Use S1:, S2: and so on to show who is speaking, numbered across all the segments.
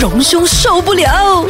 S1: 荣兄受不了。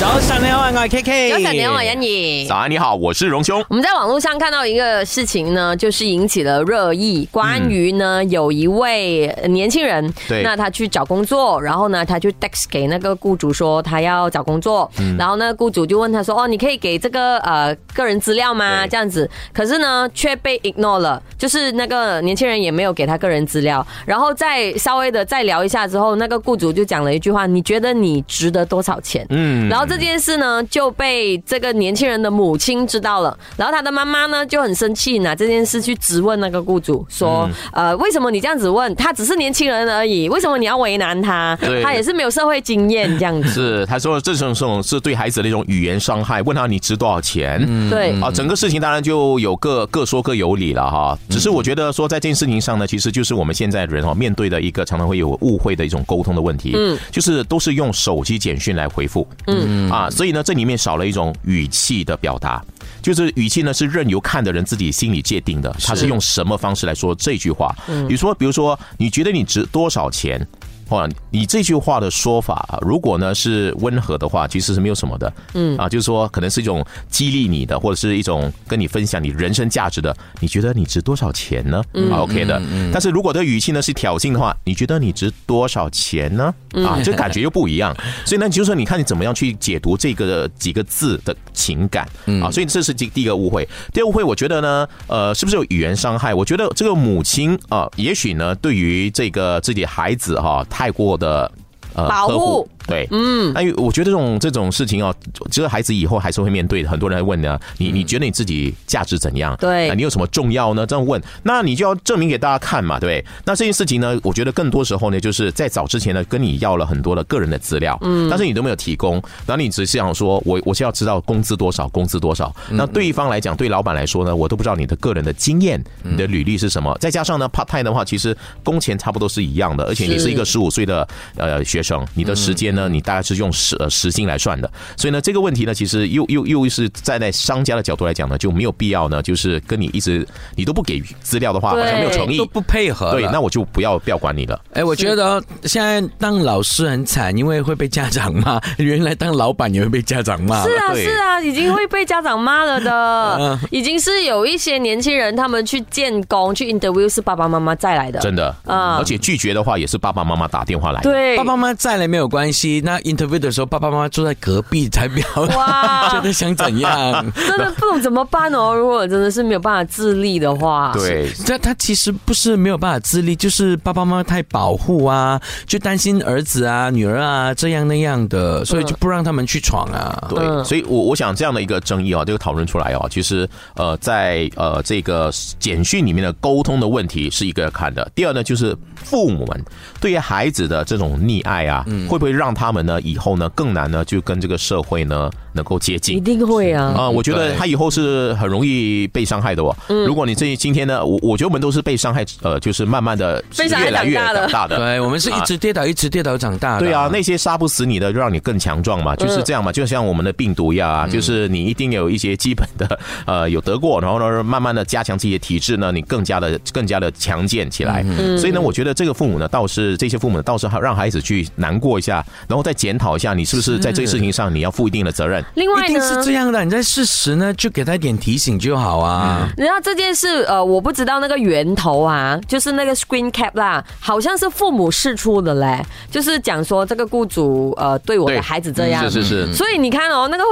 S2: 早晨你好，我系 K K。
S3: 有闪电话人影
S4: 早。安，你好，我是荣兄。
S3: 我们在网络上看到一个事情呢，就是引起了热议。关于呢，
S1: 嗯
S3: 有一位呃年轻人，
S4: 对
S3: 那他去找工作，然后呢，他就 text 给那个雇主说他要找工作，
S1: 嗯
S3: 然后呢，雇主就问他说，哦，你可以给这个呃个人资料吗？
S4: 对
S3: 这样子，可是呢，却被 ignore 了，就是那个年轻人也没有给他个人资料。然后再稍微的再聊一下之后，那个雇主就讲了一句话，你觉得你值得多少钱？
S4: 嗯
S3: 然后这件事呢就被这个年轻人的母亲知道了，然后他的妈妈呢就很生气，拿这件事去质问那个雇主，说，呃，为什么你这样子问？他只是年轻人而已，为什么你要为难他
S4: 对？
S3: 他也是没有社会经验这样子，
S4: 是，他说这种这种是对孩子的一种语言伤害。问他你值多少钱？
S3: 对。
S4: 啊，整个事情当然就有各各说各有理了哈。只是我觉得说在这件事情上呢，其实就是我们现在人哈、面对的一个常常会有误会的一种沟通的问题，嗯，就是都是用手机简讯来回复，嗯啊，所以呢这里面少了一种语气的表达。就是语气呢，是任由看的人自己心里界定的，他是用嗯什么方式来说这句话。你说，比如说，你觉得你值多少钱？哦，你这句话的说法，如果呢是温和的话，其实是没有什么的。嗯啊，就是说可能是一种激励你的，或者是一种跟你分享你人生价值的。你觉得你值多少钱呢？啊，OK 的。但是如果这个语气呢是挑衅的话，你觉得你值多少钱呢？
S3: 嗯
S4: 啊，这感觉又不一样。 所以呢，就是说你看你怎么样去解读这个几个字的情感
S3: 嗯
S4: 啊。所以这是第第一个误会。第二个误会，我觉得呢，呃，是不是有语言伤害？我觉得这个母亲啊，也许呢，对于这个自己孩子哈、太过的。呃
S3: 保护
S4: 呵护对，嗯，哎，我觉得这种这种事情哦，这个孩子以后还是会面对的。很多人会问呢，你你觉得你自己价值怎样？
S3: 对
S4: 啊你有什么重要呢？这样问，那你就要证明给大家看嘛，对不对？那这件事情呢，我觉得更多时候呢，就是在早之前呢，跟你要了很多的个人的资料，嗯，但是你都没有提供，然后你只是想说，我我是要知道工资多少，工资多少。那对方来讲，对老板来说呢，我都不知道你的个人的经验，你的履历是什么。再加上呢，part time 的话，其实工钱差不多是一样的，而且你是一个十五岁的呃学生，你的时间呢，你大概是用时呃时薪来算的。所以呢，这个问题呢，其实又又又是站在商家的角度来讲呢，就没有必要呢，就是跟你一直你都不给资料的话，好
S3: 对
S4: 像没有诚意
S2: 都。不呃配合了。
S4: 对，那我就不要不要管你了。
S2: 哎，我觉得现在当老师很惨，因为会被家长骂。 原来当老板也会被家长骂。
S3: 是啊，
S4: 对
S3: 是啊，已经会被家长骂了的，已经是有一些年轻人他们去建工去 interview 是爸爸妈妈再来的，
S4: 真的，
S3: 啊
S4: 而且拒绝的话也是爸爸妈妈打电话来的。
S3: 对，
S2: 爸爸妈妈再来没有关系，那 interview 的时候，爸爸妈妈坐在隔壁才不要
S3: 哇
S2: 觉得想怎样。
S3: 真的不懂怎么办哦。如果真的是没有办法自立的话，
S4: 对，
S2: 这他其实不是没有办法自立，就是爸爸妈妈太保护啊，就担心儿子啊、女儿啊这样那样的，所以就不让他们去闯啊。
S3: 嗯
S4: 对，所以我我想这样的一个争议啊，这个讨论出来啊，其实呃，在呃这个简讯里面的沟通的问题是一个要看的。第二呢，就是父母们对于孩子的这种溺爱啊，会不会让他们呢以后呢更难呢就跟这个社会呢能够接
S3: 一
S4: 近？
S3: 定会啊。
S4: 啊、我觉得
S2: 对
S4: 他以后是很容易被伤害的哦。
S3: 嗯
S4: 如果你这今天呢，我我觉得我们都是被伤害，呃，就是慢慢的
S3: 被伤害
S4: 越来越
S3: 长大的
S4: 长 大的。
S2: 对，我们是一直跌倒，一直跌倒长大的。
S4: 对啊，那些杀不死你的，让你更强壮
S3: 嗯
S4: 嘛，就是这样嘛，就像我们的病毒一样啊，就是你一定有一些基本的 呃有得过，然后呢，慢慢的加强自己的体质呢，你更加的更加的强健起来。
S3: 嗯
S4: 所以呢，我觉得这个父母呢，倒是这些父母呢，倒是让孩子去难过一下，然后再检讨一下，你是不是在这个事情上你要负一定的责任。
S3: 另外
S2: 一定是
S3: 呢
S2: 这，样的。你在事实呢，就给他一点提醒就好啊。
S3: 然后这件事呃，我不知道那个源头啊，就是那个 screen cap 啦，好像是父母试出的嘞，就是讲说这个雇主呃对我
S4: 对
S3: 的孩子这样。
S4: 嗯是是是。
S3: 所以你看哦，那个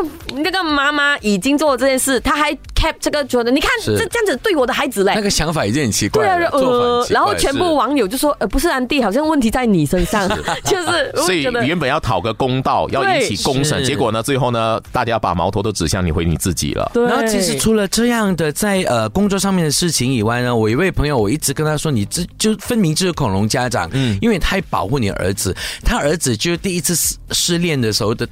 S3: 那个妈妈已经做了这件事，她还 cap 这个觉得，你看
S2: 是
S3: 这这样子对我的孩子嘞
S2: 那，个想法已经很奇
S3: 哎对
S2: 怪
S3: 啊
S2: 了，，做法
S3: 呃
S2: 很，奇怪
S3: 然后全部网友就说，呃，不是安迪，好像问题在你身上， 就是我
S4: 所以
S3: 觉得
S4: 原本要讨个公道，要
S3: 对
S4: 引起公审，
S2: 是
S4: 结果呢，最后呢，大家把矛头都指向你回你自己了。
S3: 对，
S2: 然后其实除了这样的在呃工作上面的事情以外呢，我一位朋友，我一直跟他说，你这就分明就是恐龙家长，嗯，因为太保护你儿子，他儿子就第一次失失恋的时候的。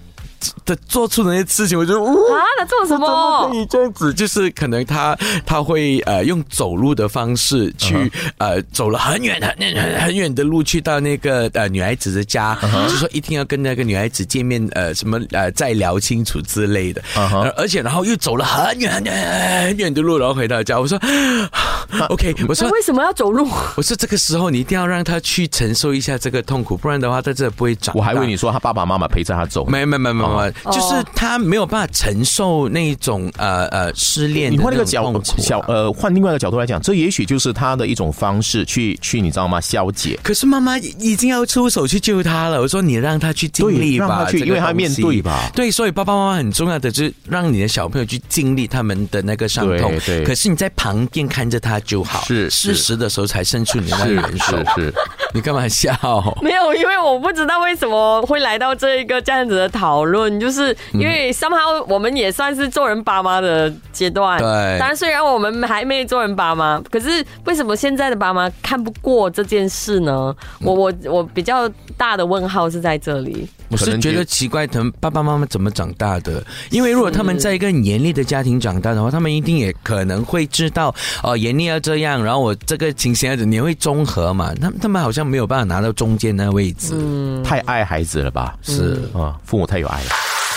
S2: 的做出的那些事情，我就呜。
S3: 啊，他做什
S2: 怎么
S3: 么
S2: 可？以这样子？就是可能他他会呃用走路的方式去、
S4: 嗯
S2: 呃走了很远很远很很远的路去到那个呃女孩子的家
S4: 嗯
S2: 就说一定要跟那个女孩子见面呃什么呃再聊清楚之类的。
S4: 嗯哼
S2: 呃而且然后又走了很远很远很远的路，然后回到家，我 说啊 OK，我
S3: 他
S2: 说
S3: 为什么要走路？
S2: 我说这个时候你一定要让他去承受一下这个痛苦，不然的话他真的不会长大。
S4: 我还为你说他爸爸妈妈陪着他走，
S2: 没没没没没，就是
S3: 哦
S2: 他没有办法承受那一种呃呃失恋的
S4: 你换那个
S2: 种
S4: 角
S2: 痛苦啊
S4: 角呃，换另外一个角度来讲，这也许就是他的一种方式去去，你知道吗？消解。
S2: 可是妈妈已经要出手去救他了，我说你让他去经
S4: 对
S2: 历吧，
S4: 让他去
S2: 这个
S4: 因为他
S2: 东
S4: 面
S2: 西
S4: 对吧
S2: 对，所以爸爸妈妈很重要的就是让你的小朋友去经历他们的那个伤痛。
S4: 对对
S2: 可是你在旁边看着他就好，
S4: 是
S2: 适
S4: 是
S2: 时的时候才伸出你那援手。
S4: 是，
S2: 你干嘛笑？
S3: 没有，因为我不知道为什么会来到这一个这样子的讨论，就是因为 somehow 我们也算是做人爸妈的阶段。
S2: 对
S3: 当然虽然我们还没做人爸妈，可是为什么现在的爸妈看不过这件事呢？我我我比较大的问号是在这里。
S2: 我
S4: 可
S2: 是
S4: 能
S2: 觉
S4: 觉
S2: 得奇怪，他们爸爸妈妈怎么长大的？因为如果他们在一个很严厉的家庭长大的话，他们一定也可能会知道，哦、严厉要这样，然后我这个情形要怎，你会综合嘛？他们他们好像没有办法拿到中间那个位置。
S4: 嗯太爱孩子了吧？是啊，父母太有爱了。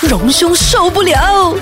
S1: 荣兄受不了。